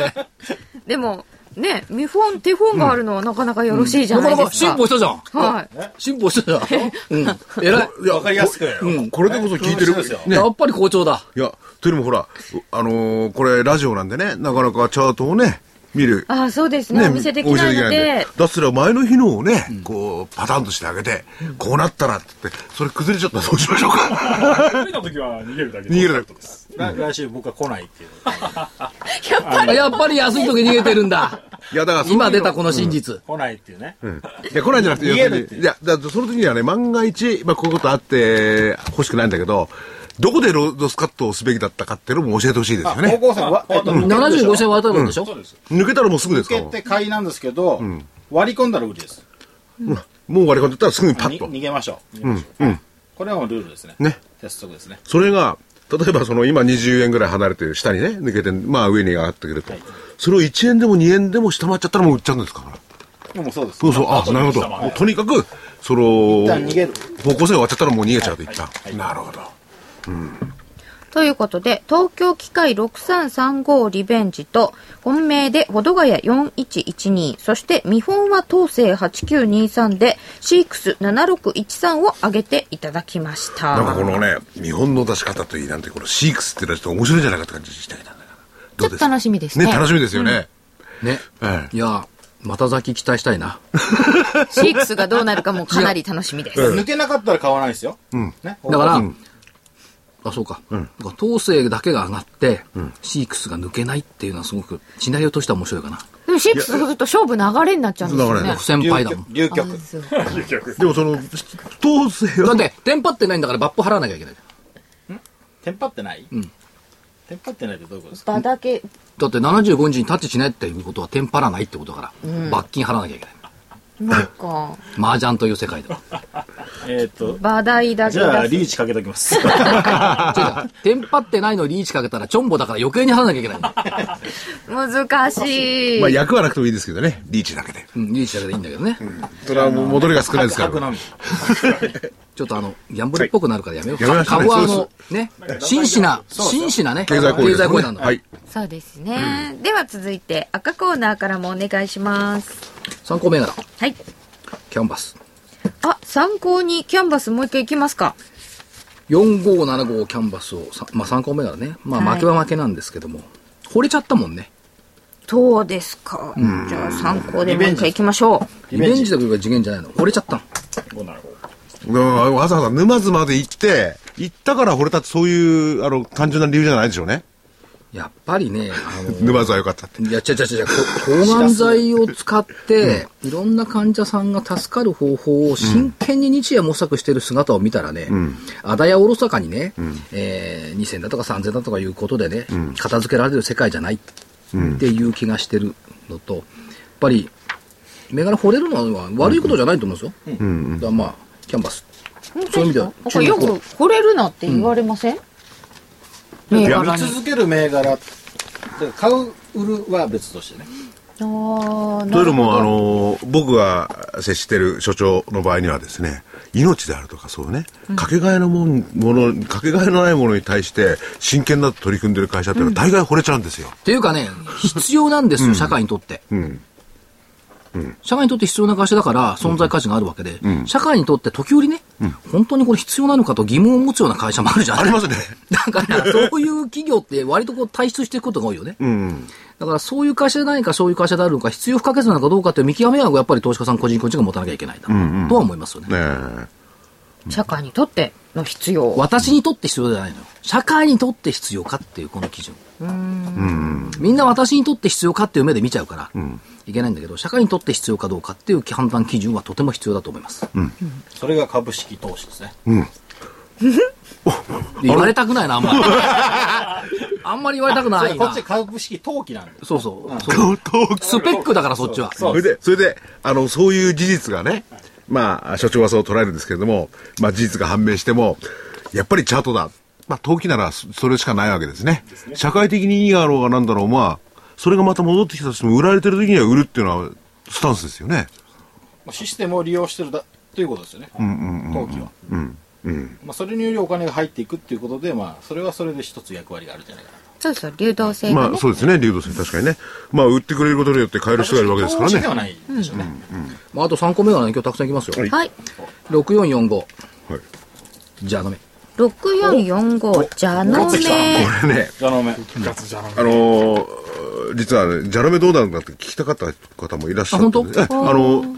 でも、ね、見本、手本があるのはなかなかよろしいじゃななかいなでかす進か。歩したじゃん。はい。進歩したじゃん。うん。偉い。いやわかりやすくこうんこれでこそ聞いてるそうですよ。ねやっぱり好調だ。いや、というのもほら、あのーこれラジオなんでね、なかなかチャートをね、見る。ああ、そうですね。お見せできないのお見せでん、だっすら前の日のをね、こう、パターンとしてあげて、こうなったらって言って、それ崩れちゃったらどうしましょうか。 [LAUGHS] 食べた時は逃げるだけ逃げるだけです。来来週僕は来ないっていうやっぱり安い時逃げてるんだ。いや、だからそういうの今出たこの真実。来ないっていうね、いや、来ないんじゃなくて、逃げるっ要するにいや、だってその時にはね、万が一、まあ、こういうことあって、欲しくないんだけど、どこでロードスカットをすべきだったかっていうのも教えてほしいですよ方ね。向線は、えっと75銭割れたんでしょ、抜けたらもうすぐですか受らけ。て買いなんですけど、割り込んだら売りですもう割り込んでったらすぐにパッと。に逃げましょう、ここれはもうルールですね。ね。鉄則ですね。それが、例えばその今20円ぐらい離れてる下にね、抜けて、まあ上に上がってくると。それを1円でも2円でも下回っちゃったらもう売っちゃうんですから。もうそうです。そうそう、あ、なるほど。もうとにかく、その、方旦逃げる向性終わっちゃったらもう逃げちゃうといった。なるほど。ということで、東京機械6335リベンジと、本命で保土ヶ谷4112、そして見本は東勢8923で、シークス7613を挙げていただきました。なんかこのね、見本の出し方といい、なんてこのシークスってのはちょっと面白いんじゃないかって感じしてきたんだから。ちどうょっですとか楽しみですねね、楽しみですよね。ね、ええいやまた先期待したいなシークスがどうなるかもかなり楽しみです。抜けなかったら買わないですよ。うん。ね。だから、うんあそうか、だから東勢だけが上がって、シークスが抜けないっていうのはすごくシナリオとしては面白いかなでもシックスすると勝負流れになっちゃうんですよ流れねね6。先輩だもん流局。そう流で局すよでもその、東勢だはっ、てテンパってないんだからバップ払わなきゃいけない。テンパってないうんテンパってないってどういうことですか場だけだって75日にタッチしないっていうことはテンパらないってことだから、罰金払わなきゃいけないなんか麻雀という世界ではえーっと、バダイダじゃあ、リーーチかけとき [LAUGHS] ます。違う違うテンパってないのリーチかけたらチョンボだから余計に払わなきゃいけないんだよ、難しい。まあ役はなくてもいいですけどね、リーチだけで。うん、リーチだけでいいんだけどね、それはもう戻りが少ないですから。なみ。ちょっとあのギャンブルっぽくなるからやめよう、はいやめましょう株ねはあそうのね真摯な真摯なね経済効経済効率率なんだ、はい。そうですね。では続いて赤コーナーからもお願いします。参考銘柄はい。キャンバスあ、参考にキャンバスもう一回いきますか。 4575キャンバスをさ、まあ、参考銘柄ね、まあ、はい負けは負けなんですけども、惚れちゃったもんねどうですか。じゃあ参考でもう一回いきましょう。リベンジというか次元じゃないの惚れちゃったのうんわざわざ沼津まで行って、行ったから惚れたってそういう、あの、単純な理由じゃないでしょうね。やっぱりねあの沼津は良かったって。いや、違う違う違う、 [LAUGHS] こ抗がん剤を使って、いろんな患者さんが助かる方法を真剣に日夜模索している姿を見たらね、あだやおろそかにね、えー2000だとか3000だとかいうことでね、片付けられる世界じゃないっていう気がしてるのと、やっぱり、目柄惚れるのは悪いことじゃないと思うんですよ。だからまあ、キャンバス。そういう意味ではなんかよく惚れるなって言われません、銘や柄りに続ける銘柄。買う、売るは別としてね。あーとないうるのも、あの、僕が接してる所長の場合にはですね、命であるとかそうね、かけがえのもんもの、かけがえのないものに対して真剣だと取り組んでる会社っていうのは大概惚れちゃうんですよ。っていうかね、必要なんですよ、社会にとって。うん。社会にとって必要な会社だから存在価値があるわけで、社会にとって時折ね、本当にこれ必要なのかと疑問を持つような会社もあるじゃあなりいますね。だから、そういう企業って割とこう退出していくことが多いよね。うん。だから、そういう会社でないか、そういう会社であるのか、必要不可欠なのかどうかっていう見極めは、やっぱり投資家さん個人個人が持たなきゃいけないな、んうんとは思いますよね。ね [LAUGHS] え。社会にとっての必要私にとって必要じゃないのよ。社会にとって必要かっていう、この基準。みんな私にとって必要かっていう目で見ちゃうから、いけないんだけど、社会にとって必要かどうかっていう判断基準はとても必要だと思います。それが株式投資ですね。言われたくないな、あんまり。あんまり言われたくないこっなち。株式投機なんです。そうそう。そうスペックだから、そっちは。それで、それで、あの、そういう事実がね、まあ、所長はそう捉えるんですけれども、まあ、事実が判明しても、やっぱりチャートだ。まあ、投機ならそそれしかないわけですね。社会的にいいがあろうがなんだろう、まあ、それがまた戻ってきたとしても、売られてる時には売るっていうのは、スタンスですよね。システムを利用してるだということですよね。投機は。まあ、それによりお金が入っていくっていうことで、まあ、それはそれで一つ役割があるんじゃないかな。そうそう、流動性がまあ、ね。そうですね、流動性、確かにね。まあ、売ってくれることによって買える人がいるわけですから投資ではね。ないでしょうね。まあ、あと3個目がね、今日たくさんいきますよ。はい。 6445。はいじゃあ、ダメ。六四四五じゃのめ。これね、じゃあのめ。あのー実はね、じゃらめどうなるかって聞きたかった方もいらっしゃって、ね、あ本当えあのー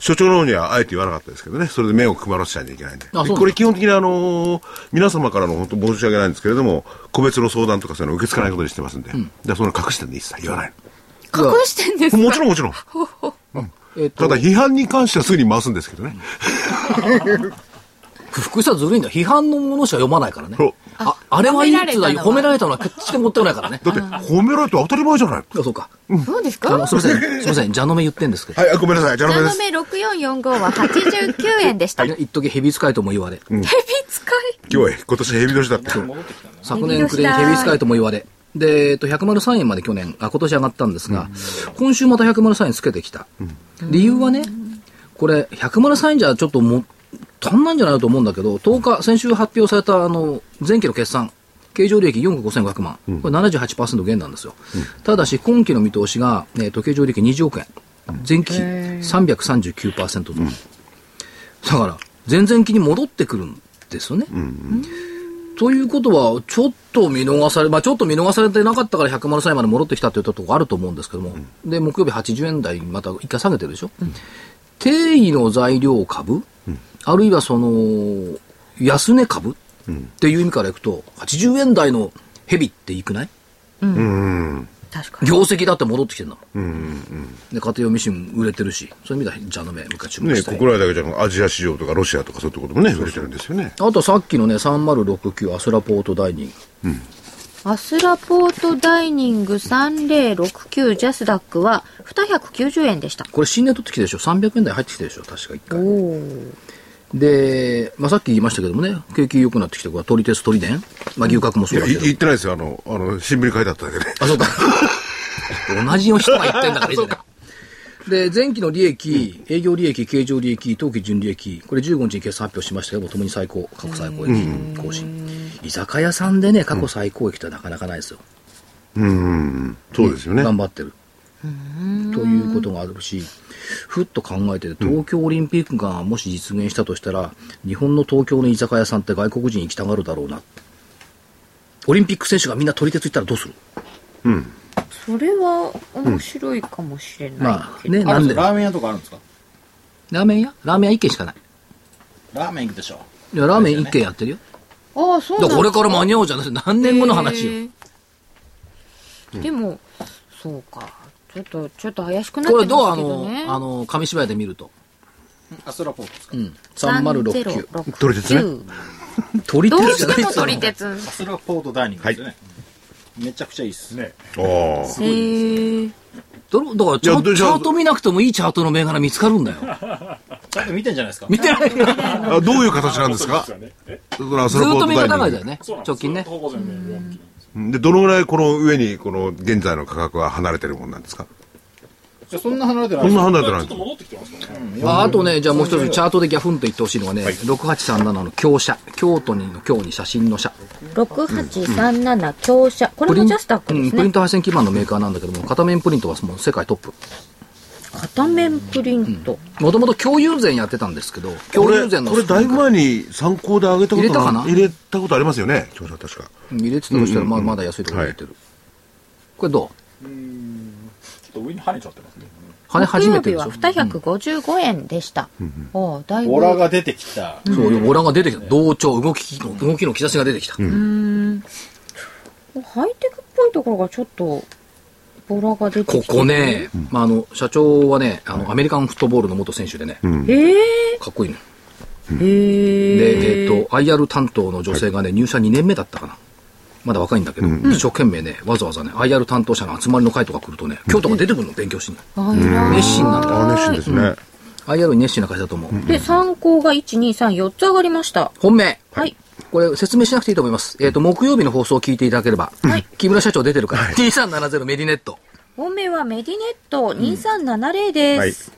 所長の方にはあえて言わなかったですけどね、それで目を配らせちゃいけないんで。あそうなんだでこれ基本的にあのー皆様からの本当申し訳ないんですけれども、個別の相談とかそういうのを受け付けないことにしてますんで、でその隠してんで一切言わない。隠隠してんですもかちろんもちろん。えっとた、だ批判に関してはすぐに回すんですけどね。福井さんずるいんだよ。批判のものしか読まないからね。そうあ、あれはいいって言ったら褒褒めめらられたのは決してもったいないからね。だって、褒められて当たり前じゃない。あそうか。そうですあかの、すみません、すみません、蛇の目言ってんですけど。はい、あごめんなさい、じゃザあでのす。目6445は89円でした。いや一時ヘビー使いとも言われ、ヘビ使い。今日、今年ヘビ年だって。昨年暮れにヘビー使いとも言われ、で、えっと、103円まで去年、あ、今年上がったんですが、今週また103円つけてきた。理由はね、これ、103円じゃちょっとも、足んないんじゃないかと思うんだけど、10日、先週発表された、あの、前期の決算、経常利益4億5500万、これ78%減なんですよ。ただし、今期の見通しが、えっと、経常利益20億円、前期比339%と。だから、前々期に戻ってくるんですよね。ということは、ちょっと見逃され、まあ、ちょっと見逃されてなかったから103円まで戻ってきたというところあると思うんですけども、で、木曜日80円台にまた一回下げてるでしょ。定位の材料株、あるいはその、安値株、っていう意味からいくと、80円台のヘビっていくない確かに。業績だって戻ってきてるんだもん。で、家庭用ミシン売れてるし、そういう意味では、じゃのめ、昔注目ね、したい国内だけじゃなくアジア市場とかロシアとかそういうところもね、売れてるんですよね。あとさっきのね、3069アスラポートダイニング。アスラポートダイニング3069ジャスダックは290円でした。これ新ネ取ってきてるでしょ ?300 円台入ってきてるでしょ確か一お回。お。で、まあ、さっき言いましたけどもね、景気良くなってきて、これは鳥鉄鳥伝まあ、牛角もいそうや、だいけど言。ってないですよ。あの、あの、新聞に書いてあっただけで。あ、そうか。 [LAUGHS] 同じ人が言ってんだからいいじゃない。で、前期の利益、営業利益、経常利益、当期純利益、これ15日に決算発表しましたけども、ともに最高、過去最高益更新。居酒屋さんでね、過去最高益ってなかなかないですよ。うん。そうですよね。頑張ってる。ということがあるし、ふっと考えてて、東京オリンピックがもし実現したとしたら、日本の東京の居酒屋さんって外国人行きたがるだろうな。オリンピック選手がみんな取り鉄行ったらどうする、それは面白いかもしれなまいあけど。ね、あなるんんですで。ラかラーメン屋とかあるんですかーメン屋ラーメン屋1軒しかない。ラーメン行くでしょいや、ラーメン1軒やってるよ。ああ、そうなんだだからこれから間に合うじゃない何年後の話よ。へーでも、そうか。ちょっと、ちょっと怪しくなっこれてどうまあすけどのね。、あの、紙芝居で見ると。アストラポートですかうん。3069。取り鉄ね取りどう鉄しじゃなていでもすよ取り鉄。アストラポートダイニングですよね、めちゃくちゃいいっすねああ。へえ。だろだからチャいやでー、じチゃあャート見なくてもいいチャートの銘柄見つかるんだよ。ちゃんと見てんじゃないですか見てないあどういう形なんですかそうですよねえそのアずスーラポっーとト右肩上がダイりだニンよね。グそうなんです直近ね。東方前面四期うんで、どのぐらいこの上に、この現在の価格は離れてるもんなんですかいやそんな離れてなこいんなち離れてなょっいと。戻ってきてますかね。ああとね、じゃあもう一つチャートでギャフンと言ってほしいのはね、6837の強者。京都にの京に写真の社。六八三七強者。これもジャスダックうですん、プリンね。ト配線基盤のメーカーなんだけども、片面プリントはもう世界トップ。片面プリント。もともと共有前やってたんですけど、こ共有れ、前のこれだいぶ前に参考で上げたこ入とれたかな入れたことありますよね。調査確か。うん入れてたとしたら、まあまだ安いところに入れてる。これどうちょっと上に跳ねちゃってますね。羽初め木てで曜し日ょは二百五十五円でした。おうだいぶ。ボラが出てきた、うんそうよ、オラが出てきた。同調、動きの、動きの兆しが出てきた。ハイテクっぽいところがちょっと。ボラが出てこきてこ。ね、まあ、あの、社長はね、あの、アメリカンフットボールの元選手でね、ええ。かっこいいの。へえ。で、えっと、IR 担当の女性がね、入社2年目だったかな。まだ若いんだけど、一生懸命ね、わざわざね、IR 担当者の集まりの会とか来るとね、京都が出てくるの、勉強しに。あ偉い熱心なんだ。ああ、熱心ですね。 IR に熱心な会社だと思う。で、参考が1、2、3、4つ上がりました。本命。はい。これ、説明しなくていいと思います。えっと、木曜日の放送を聞いていただければ、木村社長出てるから、2370メディネット。本命はメディネット2370です。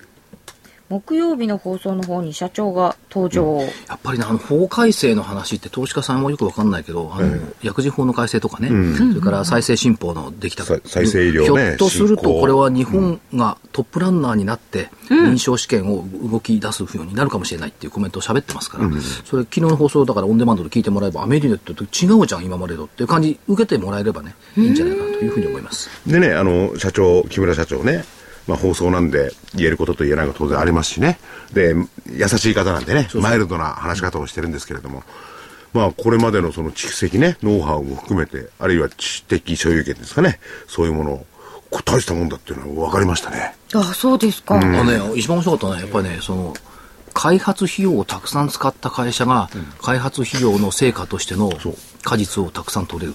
木曜日の放送の方に社長が登場。やっぱりね、あの、法改正の話って投資家さんはよくわかんないけど、あの、薬事法の改正とかね、それから再生新法のできたさ再生医療ねひょっとする振と、興これは日本がトップランナーになって、臨床試験を動き出すようになるかもしれないっていうコメントを喋ってますから、それ昨日の放送だからオンデマンドで聞いてもらえば、アメリカと違うじゃん、今までとっていう感じ、受けてもらえればね、いいんじゃないかなというふうに思います。でね、あの、社長、木村社長ね、まあ放送なんで言えることと言えないこと当然ありますしね。で、優しい方なんでね、マイルドな話し方をしてるんですけれども、まあこれまでのその蓄積ね、ノウハウも含めて、あるいは知的所有権ですかね、そういうものを、こ大したもんだっていうのは分かりましたね。あ、そうですか。あのね、一番面白かったのは、やっぱりね、その、開発費用をたくさん使った会社が、開発費用の成果としてのそう果実をたくさん取れる。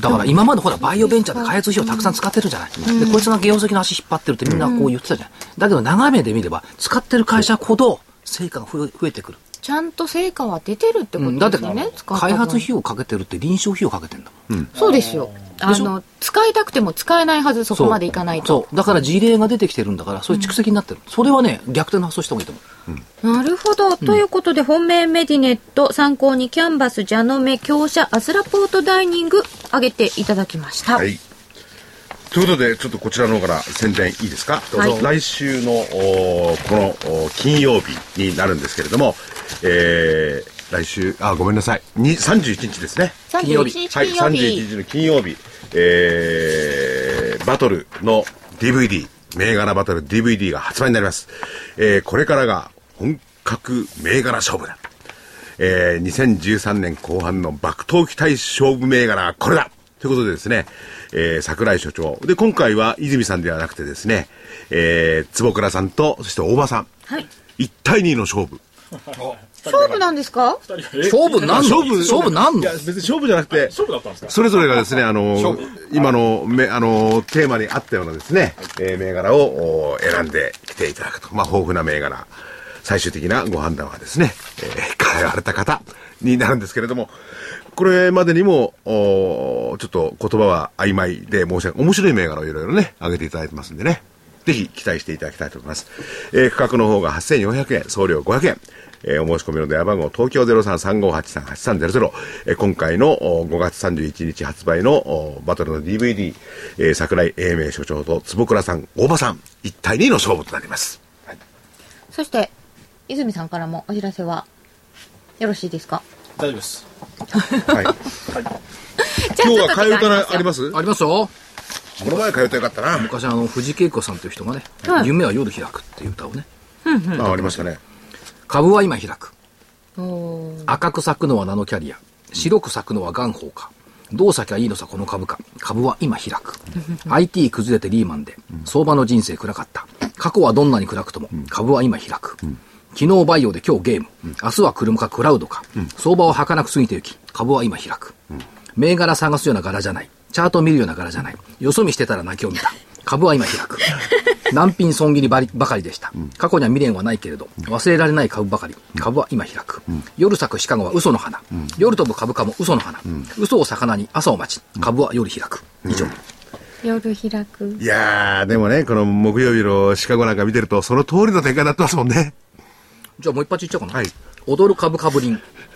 だから今までほら、バイオベンチャーで開発費用たくさん使ってるじゃない。で、こいつが業績の足引っ張ってるってみんなこう言ってたじゃない。だけど長い目で見れば、使ってる会社ほど成果が増え増えてくる。ちゃんと成果は出てるってこうん、とだっでてすよね、使った分開発費用かけてるって臨床費用かけてんだもん。そうですよあの使いたくても使えないはずそこまでいかないとそうだから事例が出てきてるんだからそういう蓄積になってる、それはね逆転の発想した方がいいと思なるほど。ということで、本命メディネット、参考にキャンバス、ジャノメ、強者、アスラポートダイニング、挙げていただきました。はい。ということで、ちょっとこちらの方から宣伝いいですか、来週の、おーこのおー金曜日になるんですけれども、えー、来週、あ、ごめんなさい。に31日ですね。 31金曜日日はい、金曜31日日の金曜日、えー、バトルの DVD、銘柄バトル DVD が発売になります。えー、これからが本格銘柄勝負だ。えー、2013年後半の爆投期待勝負銘柄はこれだということでですね、えー、桜井所長。で、今回は泉さんではなくてですね、えー、坪倉さんと、そして大場さん。はい1対2の勝負。勝負なんですかう勝負なんの勝負勝負なんいのや、別に勝負じゃなくて、勝負だったんですかそれぞれがですね、あの、今のめ、あの、テーマに合ったようなですね、えー銘柄をお選んできていただくと。まあ、豊富な銘柄。最終的なご判断はですね、えー買われた方になるんですけれども、これまでにも、おちょっと言葉は曖昧で申し訳面白い銘柄をいろいろね、上げていただいてますんでね。ぜひ期待していただきたいと思います。えー価格の方が8400円、送料500円。えーお申し込みの電話番号、東京0335838300。えー今回のお5月31日発売のおバトルの DVD、えー桜井英明所長と坪倉さん、大場さん、1対2の勝負となります。そして、泉さんからもお知らせは、よろしいですか大丈夫ですはい。じゃあち今日はょっと替え時間歌ありますありますよこの前替え歌よかったな。昔あの藤井恵子さんという人がね「はい夢は夜開く」っていう歌をねあ、ありましたね。 「株は今開くおー赤く咲くのはナノキャリア白く咲くのは元宝か」どう咲きゃいいのさこの株価株は今開く IT 崩れてリーマンで相場の人生暗かった過去はどんなに暗くとも株は今開く昨日バイオで今日ゲーム明日は車かクラウドか相場は儚く過ぎてゆき株は今開く銘柄探すような柄じゃないチャート見るような柄じゃないよそ見してたら泣きを見た株は今開く難品損切りばりばかりでした過去には未練はないけれど忘れられない株ばかり株は今開く夜咲くシカゴは嘘の花夜飛ぶ株価も嘘の花嘘を魚に朝を待ち株は夜開く以上夜開く。いやー、でもね、この木曜日のシカゴなんか見てると、その通りの展開になってますもんね。じゃあもう一発いっちゃおうかなはい踊る株株輪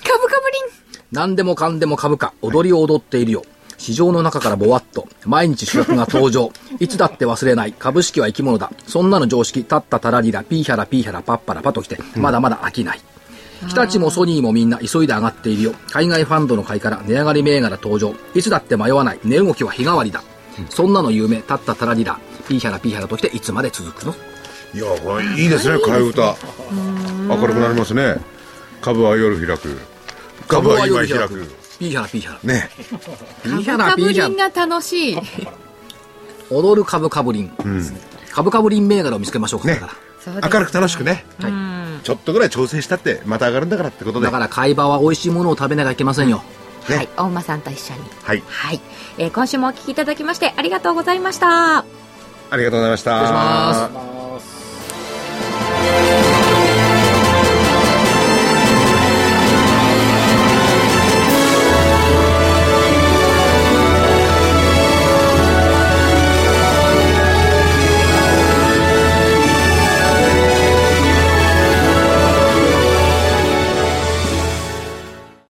株かぶりん何でもかんでも株価、踊りを踊っているよ。市場の中からぼわっと、毎日主役が登場。いつだって忘れない、株式は生き物だ。そんなの常識、たったたらりら、ピーヒャラピーヒャラ、パッパラパと来て、まだまだ飽きない。日立もソニーもみんな急いで上がっているよ。海外ファンドの買いから値上がり銘柄登場。いつだって迷わない、値動きは日替わりだ。そんなの有名、たったたらりら、ピーヒャラピーヒャラと来て、いつまで続くのいやこれいいですね替え歌明るくなりますね株は夜開く株は今開く。ピーヒャラピーヒャラ。ねピーヒャ株ラかピーぶヒャりラん。が楽しい踊る株株輪、株株輪銘柄を見つけましょうか、ねだか明るく楽しくね、はいちょっとぐらい調整したってまた上がるんだからってことらでだから買い場は美味しいものを食べなきゃいけませんよ、はい、大間さんと一緒に。はいはい、えー今週もお聞きいただきましてありがとうございました。ありがとうございました失礼しますまあ